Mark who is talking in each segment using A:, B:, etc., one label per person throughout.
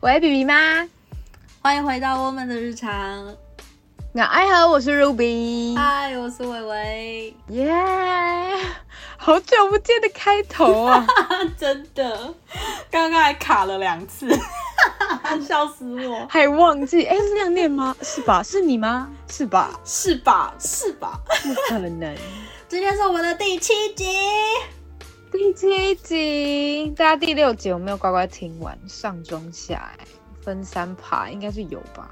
A: 喂，B B 妈，
B: 欢迎回到我们的日常。
A: 那爱好，我是 Ruby，
B: 嗨，我是伟伟，
A: 耶好久不见的开头啊！
B: 真的，刚刚还卡了两 次，笑死我，
A: 还忘记，哎，是亮念吗？是吧？是你吗？是吧？
B: 是吧？是吧？
A: 不可能。
B: 今天是我们的第七集，
A: 第七集，大家第六集有没有乖乖听完？上中下、哎，分三趴，应该是有吧？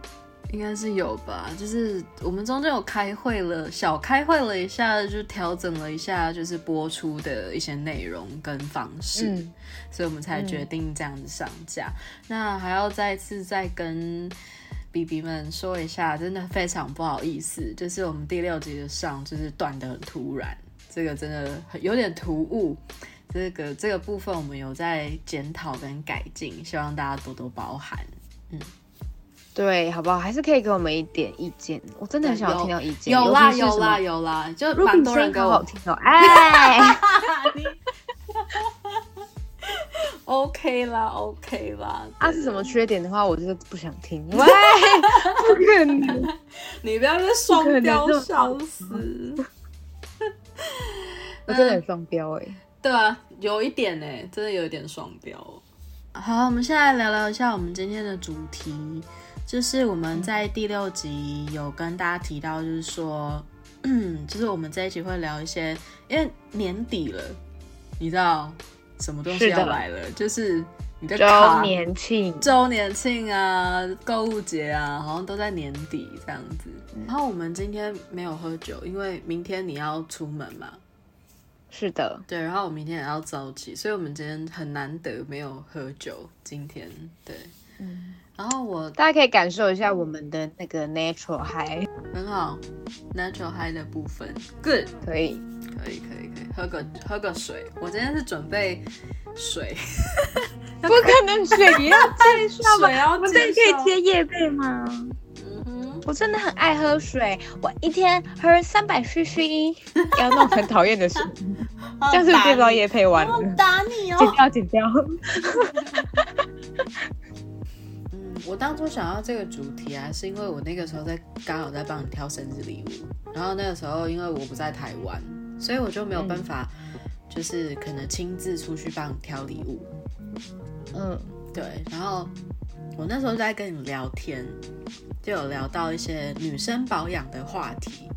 B: 应该是有吧？就是我们中间有开会了，小开会了一下，就调整了一下，就是播出的一些内容跟方式。
A: 嗯，
B: 所以我们才决定这样子上架。那还要再次再跟 B B 们说一下，真的非常不好意思，就是我们第六集的上就是断的很突然，这个真的很有点突兀。这个这个部分我们有在检讨跟改进，希望大家多多包涵。
A: 对，好不好？还是可以给我们一点意见，我真的很想要听到意见。
B: 有啦
A: 尤其是
B: 有
A: 什么
B: 啦有啦，就
A: Ruby
B: 蛮多
A: 声
B: 人
A: 音
B: 给
A: 好好
B: 我。
A: 听哦，哎，
B: OK 啦 OK 啦，
A: 啊是什么缺点的话，我就是不想听。 喂，不可能。
B: 你不要在双
A: 不可
B: 标，
A: 能
B: 笑死。
A: 我真的很双标哎、
B: 对啊，有一点呢、真的有一点双标哦。好，我们现在聊聊一下我们今天的主题，就是我们在第六集有跟大家提到，就是说， 就是我们这一集会聊一些，因为年底了，你知道什么东西
A: 是的
B: 要来了，就是你的
A: 周
B: 卡
A: 年庆，
B: 周年庆啊、购物节啊，好像都在年底这样子。
A: 嗯
B: 然后我们今天没有喝酒，因为明天你要出门嘛，
A: 是的，
B: 对，然后我明天也要早起，所以我们今天很难得没有喝酒。今天对，
A: 嗯，
B: 然后我
A: 大家可以感受一下我们的那个 natural high，
B: 很好，natural high 的部分，good，
A: 可以，
B: 可以可以可以，喝个喝个水。我今天是准备水，
A: 不可能水也要介绍吧？
B: 水要
A: 我们这里可
B: 介绍
A: 以接夜配吗？
B: 嗯哼，
A: 我真的很爱喝水，我一天喝三百 cc，要弄很讨厌的 水，这样是不是介绍夜配完了？
B: 打你
A: 剪！掉，剪掉。
B: 嗯，我当初想要这个主题啊，是因为我那个时候在刚好在帮你挑生日礼物，然后那个时候因为我不在台湾，所以我就没有办法，就是可能亲自出去帮你挑礼物。
A: 嗯，
B: 对，然后我那时候在跟你聊天，就有聊到一些女生保养的话题，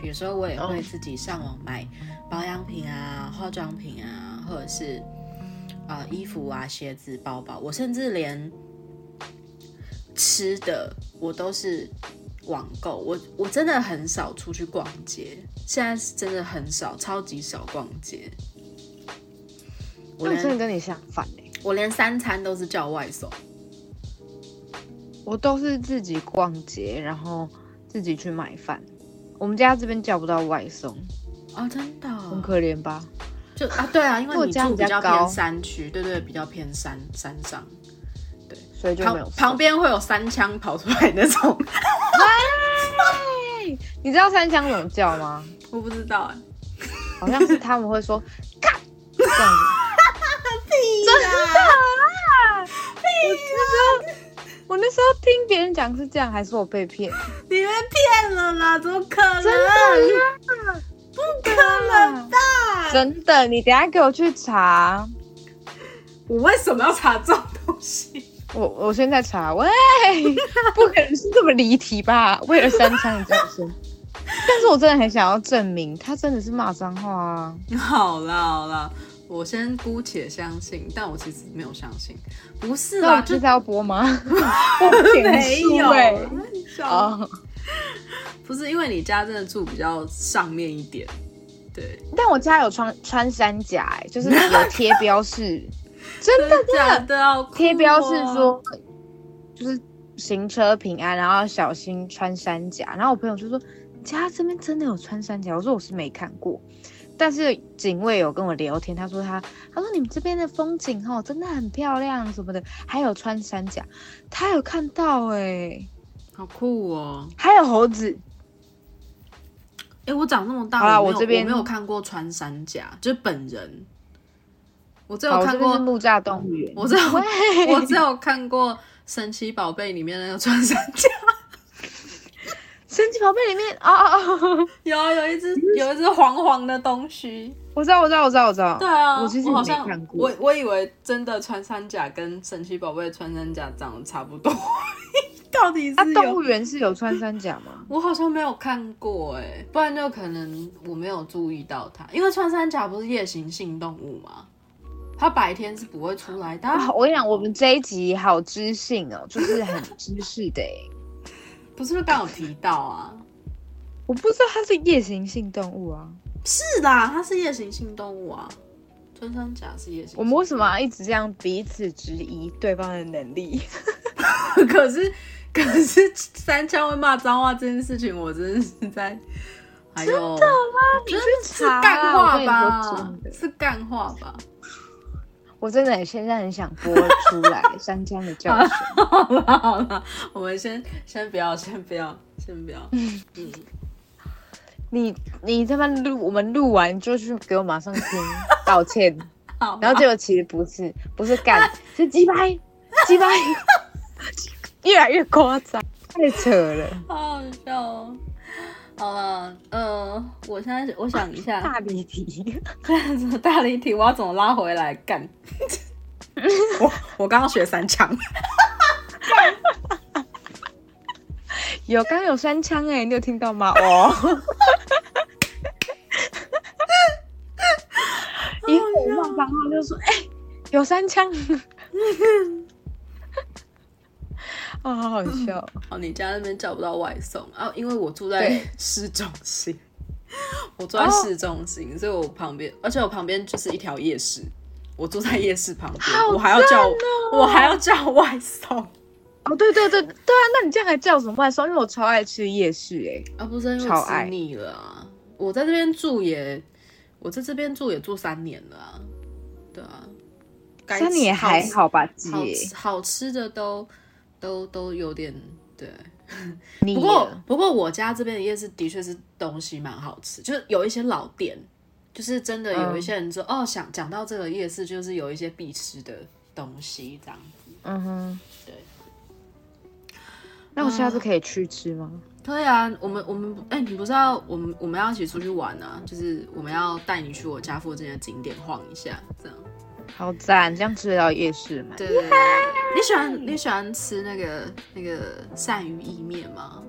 B: 比如说我也会自己上网买保养品啊、化妆品啊，或者是啊、呃衣服啊、鞋子、包包，我甚至连吃的我都是网购，我我真的很少出去逛街，现在是真的很少，超级少逛街。
A: 那
B: 我
A: 我真的
B: 连
A: 跟你相反哎、
B: 我连三餐都是叫外送。
A: 我都是自己逛街，然后自己去买饭。我们家这边叫不到外送，
B: 哦，真的哦、
A: 很可怜吧？
B: 就啊，对啊，因
A: 因为
B: 为
A: 我
B: 你
A: 家
B: 住
A: 比
B: 比
A: 较
B: 较
A: 高
B: 偏山区，对对，比较偏山山上，
A: 所以就没有
B: 旁旁边会有三枪跑出来那种，
A: 送。你知道三枪怎么叫吗？
B: 我不知道哎、
A: 好像是他们会说“干”这样 子。我那时候听别人讲是这样，还是我被骗？
B: 你被骗了啦，怎么可能？
A: 真的啊不可能吧？真的，你等一下给我去查。
B: 我为什么要查这种东西？
A: 我我现在查，喂，不可能是这么离题吧？为了三枪你这样说，但是我真的很想要证明他真的是骂脏话啊！
B: 好啦好啦，我先姑且相信，但我其实没有相信，不是
A: 那
B: 啦，
A: 我
B: 就
A: 现在要播吗？ 我
B: 没有
A: 哎、
B: 啦，笑死
A: 哦，
B: 不是因为你家真的住比较上面一点，对，
A: 但我家有穿穿山甲、哎，就是有贴标 示，真的
B: 真的假的好酷哦
A: 贴标示说，就是行车平安，然后小心穿山甲。然后我朋友就说，你家这边真的有穿山甲？我说我是没看过，但是警卫有跟我聊天，他说他他说你们这边的风景哦真的很漂亮什么的，还有穿山甲，他有看到哎、
B: 好酷哦。
A: 还有猴子，
B: 哎、我长那么大，
A: 好啦
B: 我
A: 我这边
B: 没有我没有看过穿山甲，就是本人，我只
A: 好
B: 有
A: 我
B: 看
A: 这边
B: 过
A: 是，木栅动物园，
B: 我只有
A: 喂
B: 我只有看过神奇宝贝》里面那个穿山甲，
A: 神奇宝贝里面哦哦哦，
B: 有啊有一只有一只黄黄的东西。
A: 我知道，我知道，我知道，我知道。
B: 对啊，
A: 我其实
B: 好
A: 没
B: 像
A: 看过
B: 我。我以为真的穿山甲跟神奇宝贝穿山甲长得差不多， 到底
A: 啊
B: 是，
A: 动
B: 有？
A: 物园是有穿山甲吗？
B: 我好像没有看过哎、不然就可能我没有注意到它，因为穿山甲不是夜行性动物吗？它白天是不会出来的啊、
A: 啊，我跟你讲，我们这一集好知性哦，就是很知识的欸。
B: 不是刚有提到啊？
A: 我不知道它是夜行性动物啊，
B: 是啦，它是夜行性动物啊，穿山甲是夜行性动物。
A: 我们为什么要一直这样彼此质疑对方的能 力？
B: 可是可是三枪会骂脏话这件事情，我真的是在，哎呦，真的吗？
A: 你去
B: 是
A: 查啊
B: 干
A: 我
B: 话
A: 跟你说
B: 吧
A: 真？的
B: 是干话吧？
A: 我真的现在很想播出来 山枪的叫声。
B: 好了好了，我们先先不要，先不要，先不要。嗯，
A: 你你这边录，我们录完就去给我马上听 道歉，
B: 好。
A: 然后结果其实不是，不是
B: 啊
A: 干，是鸡掰，鸡掰， 越来越夸张，太扯了，
B: 好好笑哦。好了，呃，我现在我想一下，
A: 大离题。
B: 什么 大离题，我要怎么拉回来干？ 我我刚刚学三枪，
A: 有刚有三枪哎、你有听到吗？哦，一会儿骂脏话就说哎、有三枪，哦，好好笑。
B: 哦，你家那边叫不到外送啊？因为我住在
A: 对
B: 市中 心，我住在市中心，所以我旁边，而且我旁边就是一条夜市，我住在夜市旁边，
A: 好
B: 我还要叫、
A: 赞哦
B: 我还要叫外送
A: 哦，对对对对啊，那你这样还叫什么外送？因为我超爱吃夜市哎、
B: 啊！不是因为
A: 超
B: 我吃
A: 爱
B: 腻了啊！我在这边住也，我在这边住也住三年了啊，对啊，该
A: 三
B: 吃
A: 年还
B: 吃
A: 好吧，
B: 好
A: 姐？
B: 吃好吃的都都都有点对。
A: 你
B: 不过不过我家这边的夜市的确是东西蛮好吃，就是有一些老店，就是真的
A: 嗯
B: 有一些人说、哦，想讲到这个夜市，就是有一些必吃的东西这样。
A: 嗯哼，
B: 对。
A: 那我下次可以去吃吗？
B: 可以啊，我们我们哎、你不是要我们我们要一起出去玩啊？就是我们要带你去我家附近的景点晃一下，这样。
A: 好赞，这样吃得到夜市吗？
B: 对对对对对你喜欢你喜欢吃那个那个鳝鱼意面吗？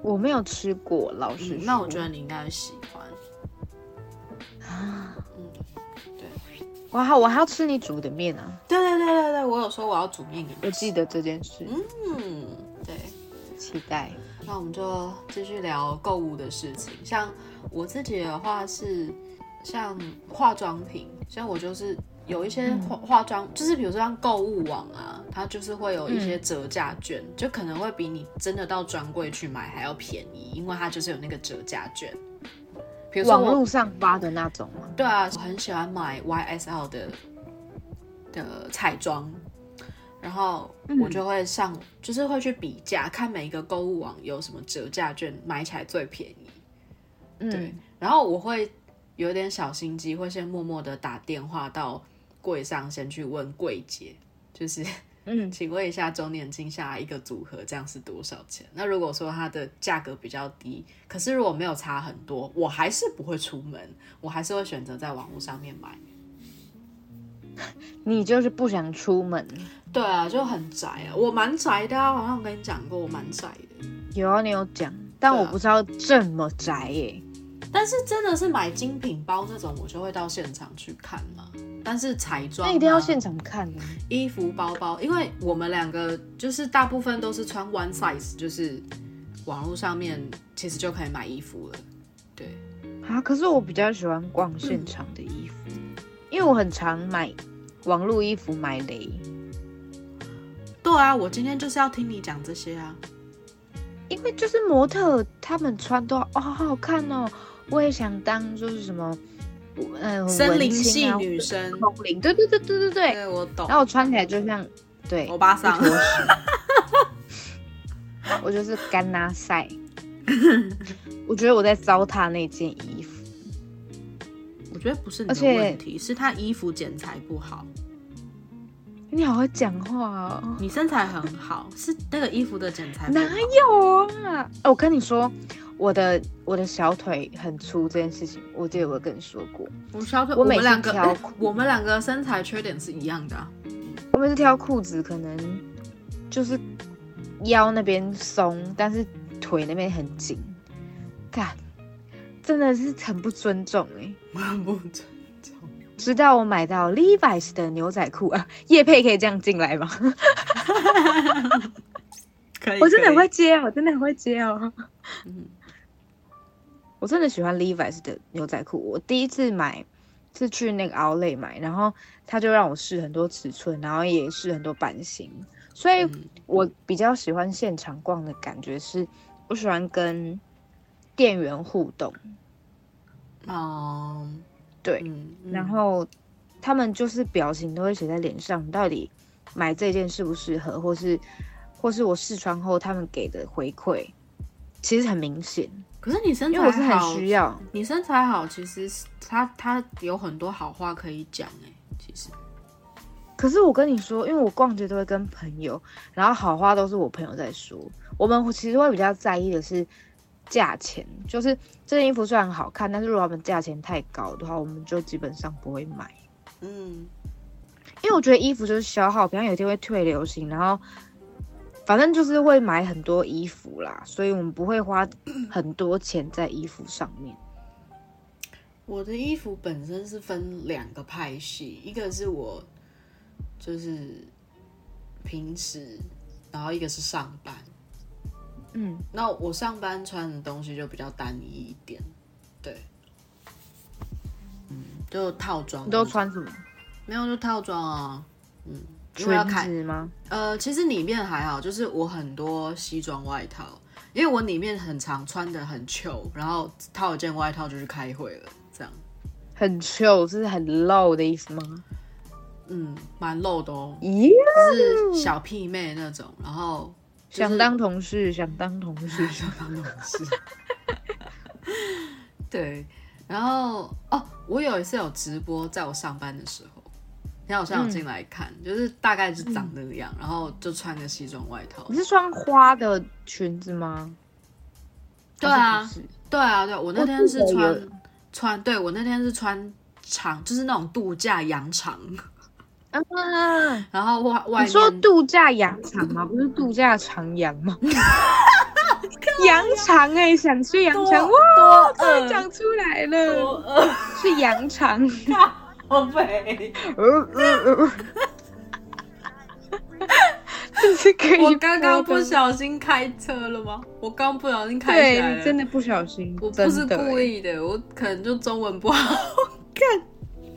A: 我没有吃过，老实说、
B: 嗯，那我觉得你应该会喜欢。
A: 我还我还要吃你煮的面啊！
B: 对对对对对，我有说我要煮面给
A: 我
B: 你吃。
A: 记得这件事，
B: 嗯，对。
A: 期待。
B: 那我们就继续聊购物的事情。像我自己的话是，像化妆品，像我就是有一些
A: 嗯
B: 化化妆，就是比如说像购物网啊，它就是会有一些
A: 嗯
B: 折价券，就可能会比你真的到专柜去买还要便宜，因为它就是有那个折价券。比如说
A: 网
B: 我
A: 络上发的那种吗？
B: 对啊，我很喜欢买 YSL 的的彩妆，然后我就会上，就是会去比价，看每一个购物网有什么折价券，买起来最便宜。对
A: 嗯，，
B: 然后我会有点小心机，会先默默的打电话到柜上，先去问柜姐，就是
A: 嗯，
B: 请问一下，周年庆下一个组合这样是多少钱？那如果说它的价格比较低，可是如果没有差很多，我还是不会出门，我还是会选择在网络上面买。
A: 你就是不想出门。
B: 对啊，就很宅啊，我蛮宅的啊，好像我跟你讲过，我蛮宅的。
A: 有啊，你有讲，但
B: 对啊
A: 我不知道这么宅耶、
B: 但是真的是买精品包那种，我就会到现场去看嘛。但是彩妆、啊、
A: 那一定要现场看啊。
B: 衣服、包包，因为我们两个就是大部分都是穿 one size，就是网络上面其实就可以买衣服了。对，
A: 啊，可是我比较喜欢
B: 嗯
A: 逛现场的衣服，因为我很常买网络衣服买雷，
B: 对啊，我今天就是要听你讲这些啊。
A: 因为就是模特他们穿都哦好好看哦，我也想当就是什么，嗯、呃，
B: 森
A: 文
B: 林
A: 青
B: 系
A: 啊
B: 女生，
A: 空灵，对对对对对对，
B: 对我懂
A: 然。后我穿起来就像对
B: 欧巴桑
A: 一坨屎我就是干拉塞， 我觉得我在糟蹋那件衣服。
B: 我觉得不是你
A: 而
B: 的
A: 且
B: 问题，是她衣服剪裁不好。
A: 你好会讲话哦。
B: 你身材很好，是那个衣服的剪裁不
A: 哪
B: 好
A: 有啊？哎我跟你说，我的我的小腿很粗这件事情，我记得我跟你说过。
B: 我小腿，
A: 我
B: 我
A: 每
B: 们
A: 次
B: 两个，
A: 挑
B: 哎 我们两个身材缺点是一样的啊、
A: 我每次挑裤子，可能就是腰那边松，但是腿那边很紧。看，真的是很不尊重哎、
B: 蛮不尊重。
A: 直到我买到 Levi's 的牛仔裤啊，叶佩可以这样进来吗？
B: 可以，
A: 我真的
B: 可以
A: 很会，接，我真的很会接哦。
B: 嗯
A: 我真的喜欢 Levi's 的牛仔裤。我第一次买是去那个 Outlet 买，然后他就让我试很多尺寸，然后也试很多版型，所以
B: 嗯
A: 我比较喜欢现场逛的感觉是，我喜欢跟店员互动，
B: 哦，
A: 对，
B: 嗯，嗯
A: 然后他们就是表情都会写在脸上，到底买这件适不适合，或是或是我试穿后他们给的回馈，其实很明显，
B: 可是你身
A: 因
B: 材
A: 为我是
B: 好
A: 很需要。
B: 你身材好，其实是他他有很多好话可以讲哎、其实
A: 可是我跟你说，因为我逛街都会跟朋友，然后好话都是我朋友在说。我们其实会比较在意的是价钱，就是这件衣服虽然好看，但是如果他们价钱太高的话，我们就基本上不会买。
B: 嗯，
A: 因为我觉得衣服就是消耗，比方有一天会退流行，然后反正就是会买很多衣服啦，所以我们不会花很多钱在衣服上面。
B: 我的衣服本身是分两个派系，一个是我就是平时，然后一个是上班。
A: 嗯，
B: 那我上班穿的东西就比较单一一点，对，嗯，就套装
A: 你都穿什么？
B: 没有就套装啊，嗯，因为要
A: 裙
B: 看
A: 子吗？
B: 呃，其实里面还好，就是我很多西装外套，因为我里面很常穿的很旧，然后套一件外套就去开会了，这样，
A: 很 chill，就是很 low 的意思吗？
B: 嗯，蛮露的哦，
A: 咦、
B: 就是小屁妹那种，然后就是
A: 想当同事，想当同事，
B: 想当同事， 对，然后哦，我有一次有直播，在我上班的时候，然后我上有进来看，
A: 嗯
B: 就是大概是长那个样，然后就穿个西装外套
A: 你，是穿花的裙子吗？
B: 对
A: 还
B: 啊
A: 是不是
B: 对啊，对啊，我那天是
A: 我记得有
B: 穿穿，对我那天是穿长，就是那种度假洋长，
A: 啊，
B: 然后外外
A: 你说
B: 面
A: 度假羊场吗？不是度假长羊 吗？羊场哎、想去羊
B: 多
A: 场哇！
B: 多
A: 终于
B: 饿，
A: 讲出来
B: 多
A: 了，
B: 饿，
A: 是羊 肠。
B: 好肥。
A: 呃呃 呃这是可以播的吗。
B: 我刚刚不小心开车了吗？我刚不小心开起来
A: 对，
B: 了，
A: 真的不小心，
B: 我不是
A: 真的欸
B: 故，意的，我可能就中文不好。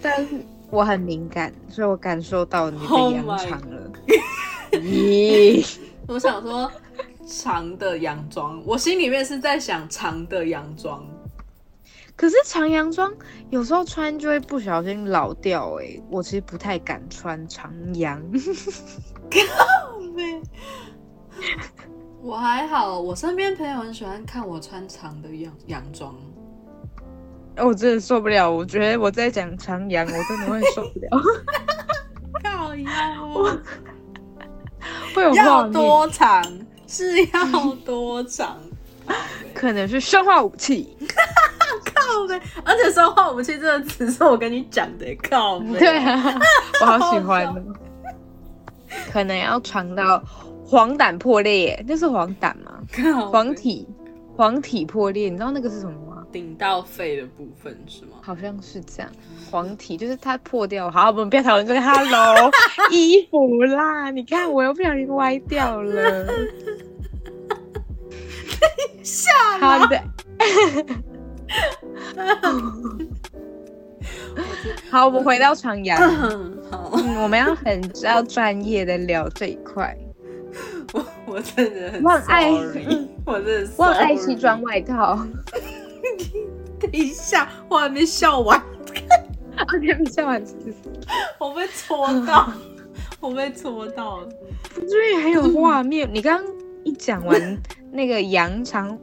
A: 但是我很敏感，所以我感受到你的
B: Oh
A: 羊
B: my
A: 肠了。咦，
B: 我想说长的洋装，我心里面是在想长的洋装，
A: 可是长洋装有时候穿就会不小心老掉哎、我其实不太敢穿长洋。
B: 我还好，我身边朋友很喜欢看我穿长的洋洋装。
A: 我真的受不了，我觉得我在讲长洋，我真的会受不了，
B: 靠腰 哦，
A: 会有画
B: 要
A: 面。
B: 多长是要多长，
A: 可能是生化武器。
B: 靠呗！而且说话武器这个词是我跟你讲的，靠呗！
A: 对啊，我好喜欢哦。可能要尝到黄疸破裂，那是黄疸吗？
B: 靠
A: 黄
B: 北
A: 体，黄体破裂，你知道那个是什么吗？
B: 顶到肺的部分是吗？
A: 好像是这样，黄体就是它破掉。好，我们不要讨论这个。Hello，衣服啦，你看我又不小心歪掉了。
B: 下
A: 好的。 好，我们回到长阳。
B: 好，
A: 嗯，我们要很要专业的聊这一块。
B: 我 我真的很
A: 我很爱嗯
B: sorry，我真的 sorry
A: 我很爱西装。外套，
B: 等一下，我还没笑完，
A: 而且比较晚吃。
B: 我被戳 到，我被戳到了。
A: 这边还有画面，你刚刚一讲完那个羊 肠，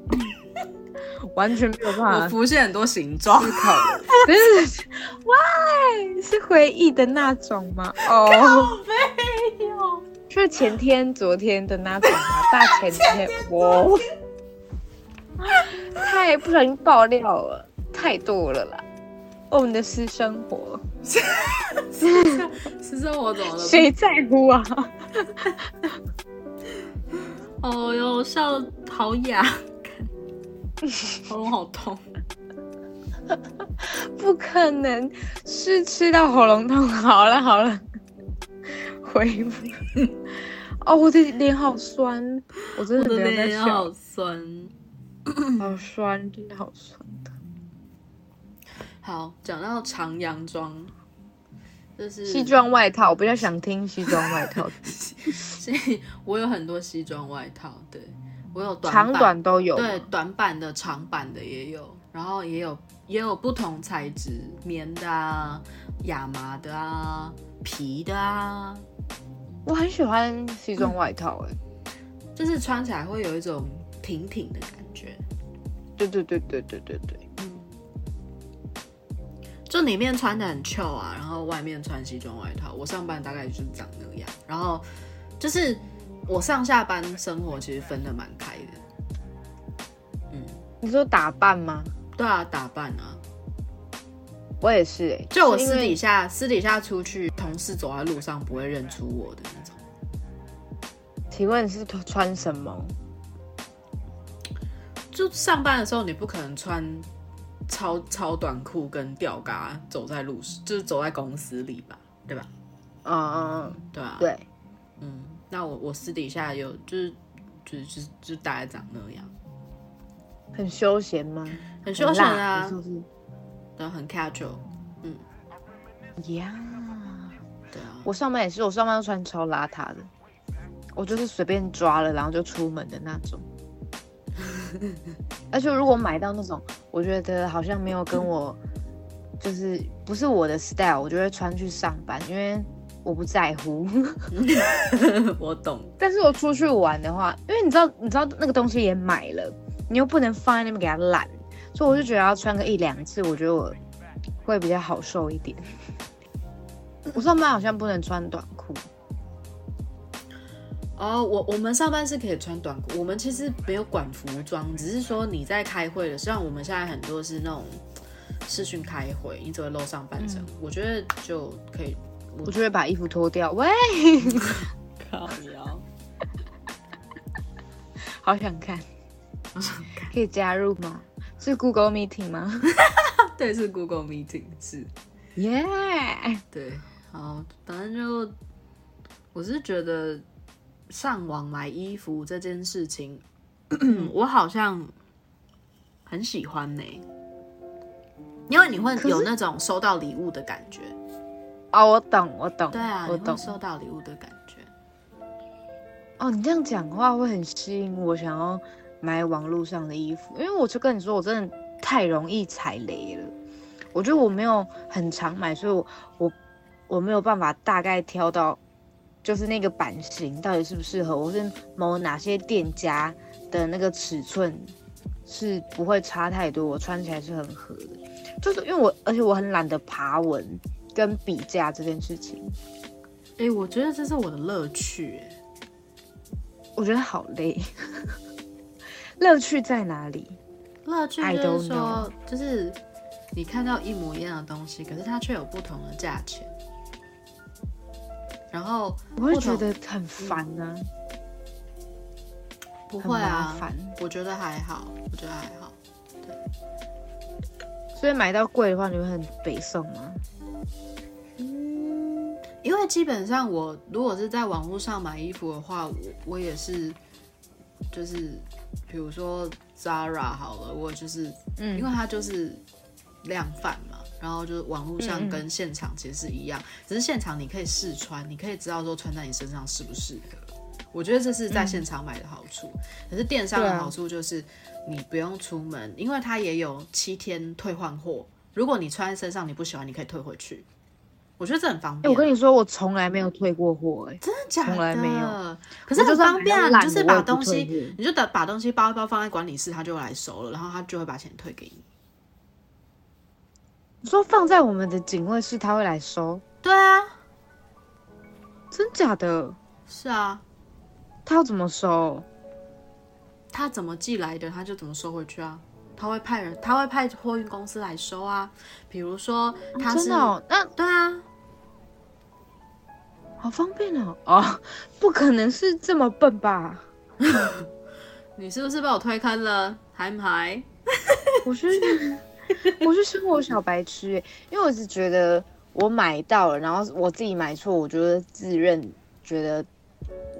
A: 完全没有
B: 我
A: 办法
B: 浮现很多形状
A: 啊思，考了。真是，喂，是回忆的那种吗？哦，
B: 靠背
A: 就是前天、昨天的那种啊，大前天，我太不小心爆料了，太多了啦。哦我们的私生活，
B: 私生活怎么了？
A: 谁在乎啊？
B: 哦哟，笑得好 哑，喉咙好痛。
A: 不可能是吃到喉咙痛。好了好了， 回复。哦，我的脸好酸，我真
B: 我
A: 的
B: 的
A: 没有在
B: 脸
A: 笑
B: 好，酸。
A: 好酸，真的好酸的。
B: 好，讲到长洋装，就是
A: 西装外套，我比较想听西装外套，
B: 所以 我有很多西装外套，对我有 短
A: 长
B: 版
A: 短都有。
B: 对，短版的、长版的也有，然后也有也有不同材质，棉的啊、亚麻的啊、皮的啊，
A: 我很喜欢西装外套、欸，哎、
B: 就是穿起来会有一种挺挺的感觉。
A: 对对对对对对对，
B: 嗯，就里面穿的很 chill 啊，然后外面穿西装外套。我上班大概就是长那个样，然后就是我上下班生活其实分的蛮开的。嗯，
A: 你说打扮吗？
B: 对啊，打扮啊，
A: 我也是、欸，哎，
B: 就我
A: 是因
B: 私
A: 为
B: 底下私底下出去，同事走在路上不会认出我的那种。
A: 请问你是穿什么？
B: 就上班的时候，你不可能穿超超短裤跟吊嘎走在路，就是走在公司里吧，对吧？
A: 嗯嗯嗯，
B: 对啊，
A: 对，
B: 嗯，那我我私底下有就是就是就是就大概长那样，
A: 很休闲吗？
B: 很休闲
A: 很辣
B: 啊
A: 是，不是？
B: 然后很 casual，
A: 呀、
B: 对 啊，
A: 我上班也是，我上班都穿超邋遢的，我就是随便抓了，然后就出门的那种。而且如果买到那种我觉得好像没有跟我，就是不是我的 style，我就会穿去上班，因为我不在乎。
B: 我懂，
A: 但是我出去玩的话，因为你知道，你知道那个东西也买了，你又不能放在那边给它烂，所以我就觉得要穿个一两次，我觉得我会比较好受一点。 我上班好像不能穿短裤，
B: 哦，我我们上班是可以穿短裤，我们其实没有管服装，只是说你在开会的，像我们现在很多是那种视讯开会，你只会露上半身，我觉得就可以，
A: 我就会把衣服脱掉。喂，
B: 靠腰，
A: 好想看，可以加入吗？是 Google Meeting 吗？
B: 对，是 Google Meeting 是。
A: 耶、
B: 对，好，反正就我是觉得上网买衣服这件事 情，我好像很喜欢呢、因为你会
A: 可是
B: 有那种收到礼物的感觉。
A: 哦，我懂，我懂，
B: 对啊，
A: 我
B: 你会
A: 懂。
B: 收到礼物的感觉。
A: 哦，你这样讲话会很吸引我，想要买网络上的衣服，因为我就跟你说，我真的太容易踩雷了。我觉得我没有很常买，所以我我我没有办法大概挑到，就是那个版型到底适不适合，我是某哪些店家的那个尺寸是不会差太多，我穿起来是很合的。就是因为我，而且我很懒得爬文跟比价这件事情，
B: 哎、我觉得这是我的乐趣、欸。
A: 我觉得好累。 乐趣在哪里？
B: 乐趣
A: I
B: 就
A: don't
B: 是说，就是你看到一模一样的东西，可是它却有不同的价钱。然后
A: 我会
B: 不
A: 觉
B: 同
A: 得很烦呢、
B: 不
A: 很
B: 会
A: 麻，
B: 啊
A: 烦。
B: 我觉得还好，我觉得还好。
A: 所以买到贵的话，你会很北宋吗？
B: 因为基本上我如果是在网络上买衣服的话，我我也是，就是比如说 Zara 好了，我就是
A: 嗯
B: 因为它就是量贩嘛，然后就是网络
A: 嗯
B: 上
A: 嗯
B: 跟现场其实是一样，只是现场你可以试穿，你可以知道说穿在你身上适不适合。我觉得这是在现场买的好处，可是电商
A: 对
B: 的
A: 啊
B: 好处就是你不用出门，因为它也有七天退换货。如果你穿在身上你不喜欢，你可以退回去。我觉得这很方
A: 哎、
B: 便。
A: 我跟你说，我从来没有退过货、哎，
B: 真的假的？
A: 从来没有。
B: 可是
A: 我就
B: 很
A: 算
B: 方便
A: 买
B: 啊，
A: 到
B: 你就是
A: 烂的我
B: 把
A: 也不
B: 东
A: 退货
B: 西，你就把把东西包一包放在管理室，他就会来收了，然后他就会把钱退给你。
A: 你说放在我们的警卫室，他会来收，
B: 对啊，
A: 真假的？
B: 是啊，
A: 他要怎么收？
B: 他怎么寄来的，他就怎么收回去啊。他会派人，他会派货运公司来收啊。比如说他
A: 真
B: 是，
A: 的、哦，那
B: 对啊，
A: 好方便哦。哦，不可能是这么笨吧？
B: 你是不是被我推坑了？还不还？
A: 我是我是生活小白痴耶，因为我只觉得我买到了，然后我自己买错，我觉得自认觉得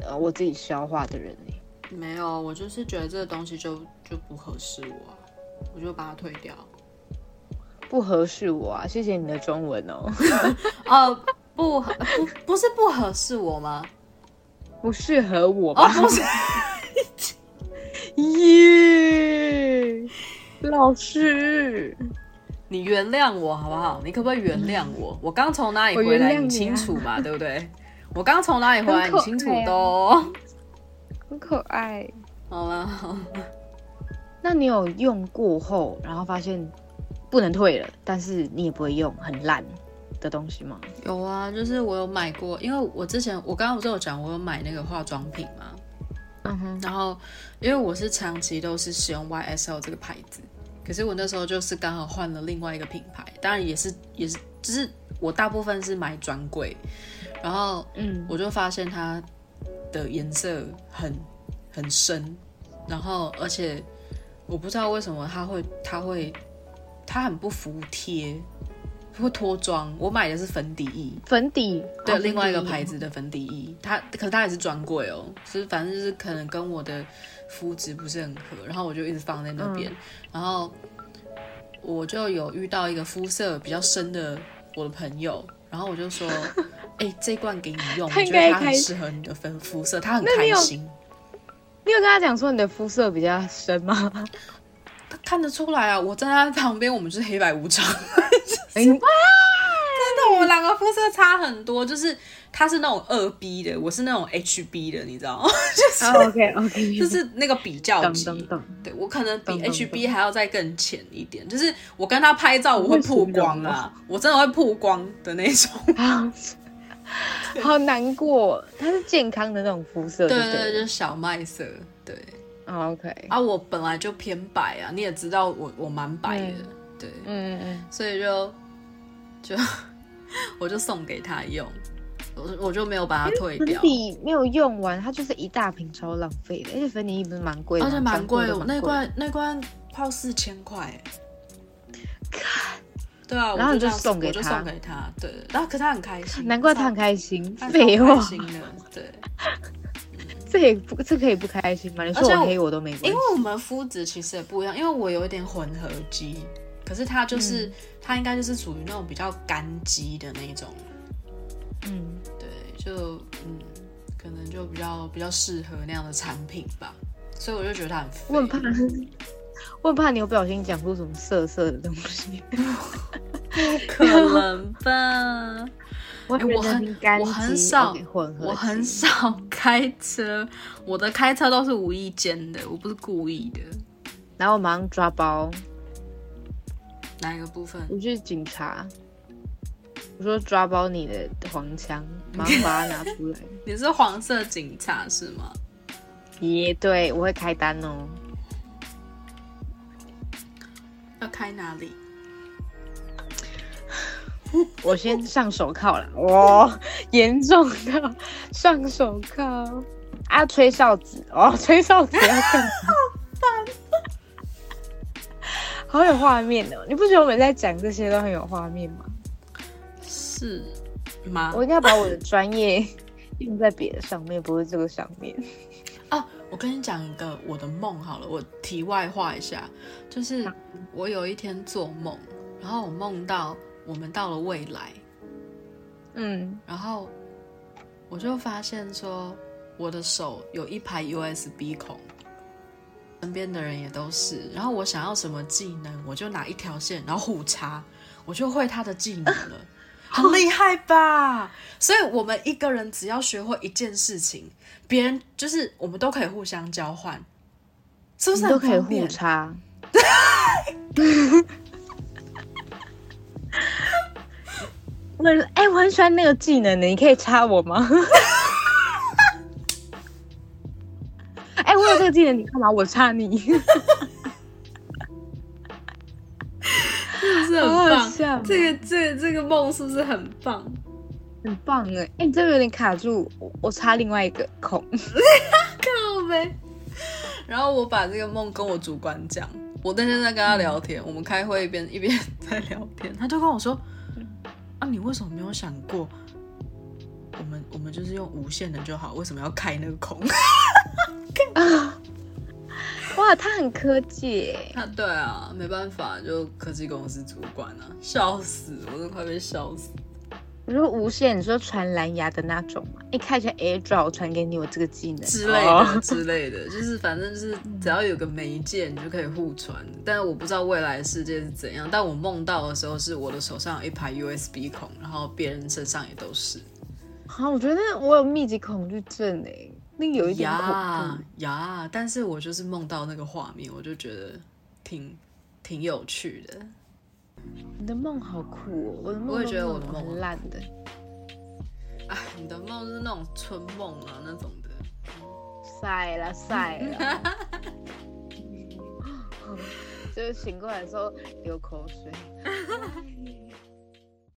A: 呃我自己消化的人欸耶
B: 没有，我就是觉得这个东西就就不合适我啊、我就把它退掉。
A: 不合适我啊。谢谢你的中文哦，
B: 呃，不合不不是不合适我吗？
A: 不适合我
B: 哦
A: 吧，？
B: 不是，
A: 耶、老师，
B: 你原谅我好不好？你可不可以原谅我？嗯我刚从哪里
A: 我
B: 回来，
A: 原谅你啊
B: 清楚嘛， 对不对？我刚从哪里回来，
A: 很
B: 你
A: 可
B: 清楚
A: 爱啊
B: 的哦。
A: 很可爱。
B: 好了，好了
A: 那你有用过后，然后发现不能退了，但是你也不会用，很烂的东西吗？
B: 有啊，就是我有买过，因为我之前我刚刚不是有讲我有买那个化妆品嘛，
A: 嗯哼，
B: 然后因为我是长期都是使用 YSL 这个牌子，可是我那时候就是刚好换了另外一个品牌，当然也是也是，就是我大部分是买专柜，然后
A: 嗯，
B: 我就发现它的颜色很很深，然后而且我不知道为什么它会它会它很不服帖，会脱妆。我买的是粉底液，
A: 粉底
B: 对，
A: 哦
B: 另外一个
A: 粉底
B: 牌子的粉底液，它可它也是专柜哦，就是反正就是可能跟我的肤质不是很合，然后我就一直放在那边，然后我就有遇到一个肤色比较深的我的朋友，然后我就 说，哎、这罐给你用，
A: 他
B: 我
A: 应
B: 觉
A: 该
B: 得它很
A: 开
B: 适合你的肤肤色，他很
A: 那你
B: 开
A: 有
B: 心，
A: 你有跟他讲说你的肤色比较深 吗？
B: 他看得出来啊，我站在他旁边，我们就是黑白无 常。
A: 哎哇，
B: 我们两个肤色差很多，就是他是那种二 B 的，我是那种 HB 的，你知道吗？
A: OK OK，
B: 就是那个比较
A: 懂
B: 级。
A: 懂懂，
B: 对我可能比
A: 懂懂
B: HB 还要再更浅一点，就是我跟他拍照我会曝光啊，我真的会曝光的那种。
A: 好，好难过，他是健康的那种肤色，
B: 对
A: 对
B: 对对，就
A: 了
B: 是小麦色。对
A: 哦 OK，
B: 啊，我本来就偏白啊，你也知道我我蛮白的，对，
A: 嗯嗯
B: 所以就就 我就送给他用，我就我就没有把它退
A: 嗯，粉
B: 掉。
A: 底没有用完，它就是一大瓶，超浪费的，而且粉底液不是蛮贵的
B: 而
A: 吗，
B: 且蛮贵的，
A: 专柜
B: 我
A: 都
B: 哦那
A: 蛮贵的
B: 罐那罐泡四千块、欸，对啊，
A: 然后
B: 我
A: 你就
B: 这样
A: 送给
B: 我就
A: 他
B: 送给他，对，然后可是他很开心，
A: 难怪他
B: 他
A: 很开心，
B: 他超
A: 废
B: 开
A: 话，
B: 心的，对，
A: 这也不这可以不开心吗？你说
B: 而且
A: 我
B: 我
A: 黑我都没关
B: 因
A: 系
B: 为，我们肤质其实也不一样，因为我有一点混合肌，可是他就是、
A: 嗯
B: 他应该就是属于那种比较干肌的那种，
A: 嗯，
B: 对，就嗯，可能就比较比较适合那样的产品吧，所以我就觉得他很
A: 我很怕
B: 废，
A: 我很怕 你有不小心讲出什么色色的东西，
B: 可能吧。
A: 我
B: 哎我
A: 觉得
B: 很
A: 你干
B: 我很
A: 肌
B: 少
A: OK，混合，
B: 我很。少开车，我的开车都是无意间的，我不是故意的。
A: 然后我马上抓包，
B: 哪一个部分？
A: 我去警察，我说抓包你的黄腔，马上把它拿出来。
B: 你是黄色警察是吗？
A: 也对，我会开单哦。
B: 要开哪里？
A: 我先上手铐了，哇，严重到上手铐啊！吹哨子哦，吹哨子要干嘛？ 好有画面哦！你不觉得我们在讲这些都很有画面吗？
B: 是吗？
A: 我应该把我的专业 用在别的上面，不是这个上面。
B: 哦，我跟你讲一个我的梦好了，我题外话一下，就是我有一天做梦，然后我梦到我们到了未来，
A: 嗯，
B: 然后我就发现说，我的手有一排 USB 孔，身边的人也都是。然后我想要什么技能，我就拿一条线，然后互插，我就会他的技能 了，很厉害吧？所以我们一个人只要学会一件事情，别人就是我们都可以互相交换，是不
A: 你
B: 是
A: 都
B: 很
A: 可以
B: 方便
A: 互？ 插。我哎、我很喜欢那个技能的，你可以插我吗？ 哎、我有这个技能，你干嘛？我差你，
B: 是不是很
A: 好好
B: 棒？
A: 笑哦，
B: 这个这个这个梦是不是很棒？
A: 很棒哎！哎、你这个有点卡住，我我插另外一个孔。
B: 靠呗。 然后我把这个梦跟我主管讲，我那天在跟他聊天，我们开会一边一边在聊天，他就跟我说：“啊，你为什么没有想过，我们我们就是用无限的就好，为什么要开那个孔
A: 哇，他很科技哎？”
B: 他对 啊，没办法，就科技公司主管啊，笑死，我都快被笑死。
A: 你说无线，你说传蓝牙的那种吗？一开一下 AirDrop 我传给你，我这个技能
B: 之类
A: 哦
B: 的之类的，就是反正就是只要有个媒介，你就可以互传。但我不知道未来世界是怎样，但我梦到的时候是我的手上有一排 USB 孔，然后别人身上也都是。
A: 好，我觉得我有密集恐惧症哎，那有一点恐
B: 呀
A: 怖。
B: 呀！但是我就是梦到那个画面，我就觉得挺挺有趣的。
A: 你的梦好酷哦，我的梦
B: 我也觉得
A: 都
B: 我的
A: 那种
B: 梦
A: 很烂的。
B: 哎，你的梦是那种春梦啊那种的。
A: 晒了晒嗯了，就是醒过来的时候流口水。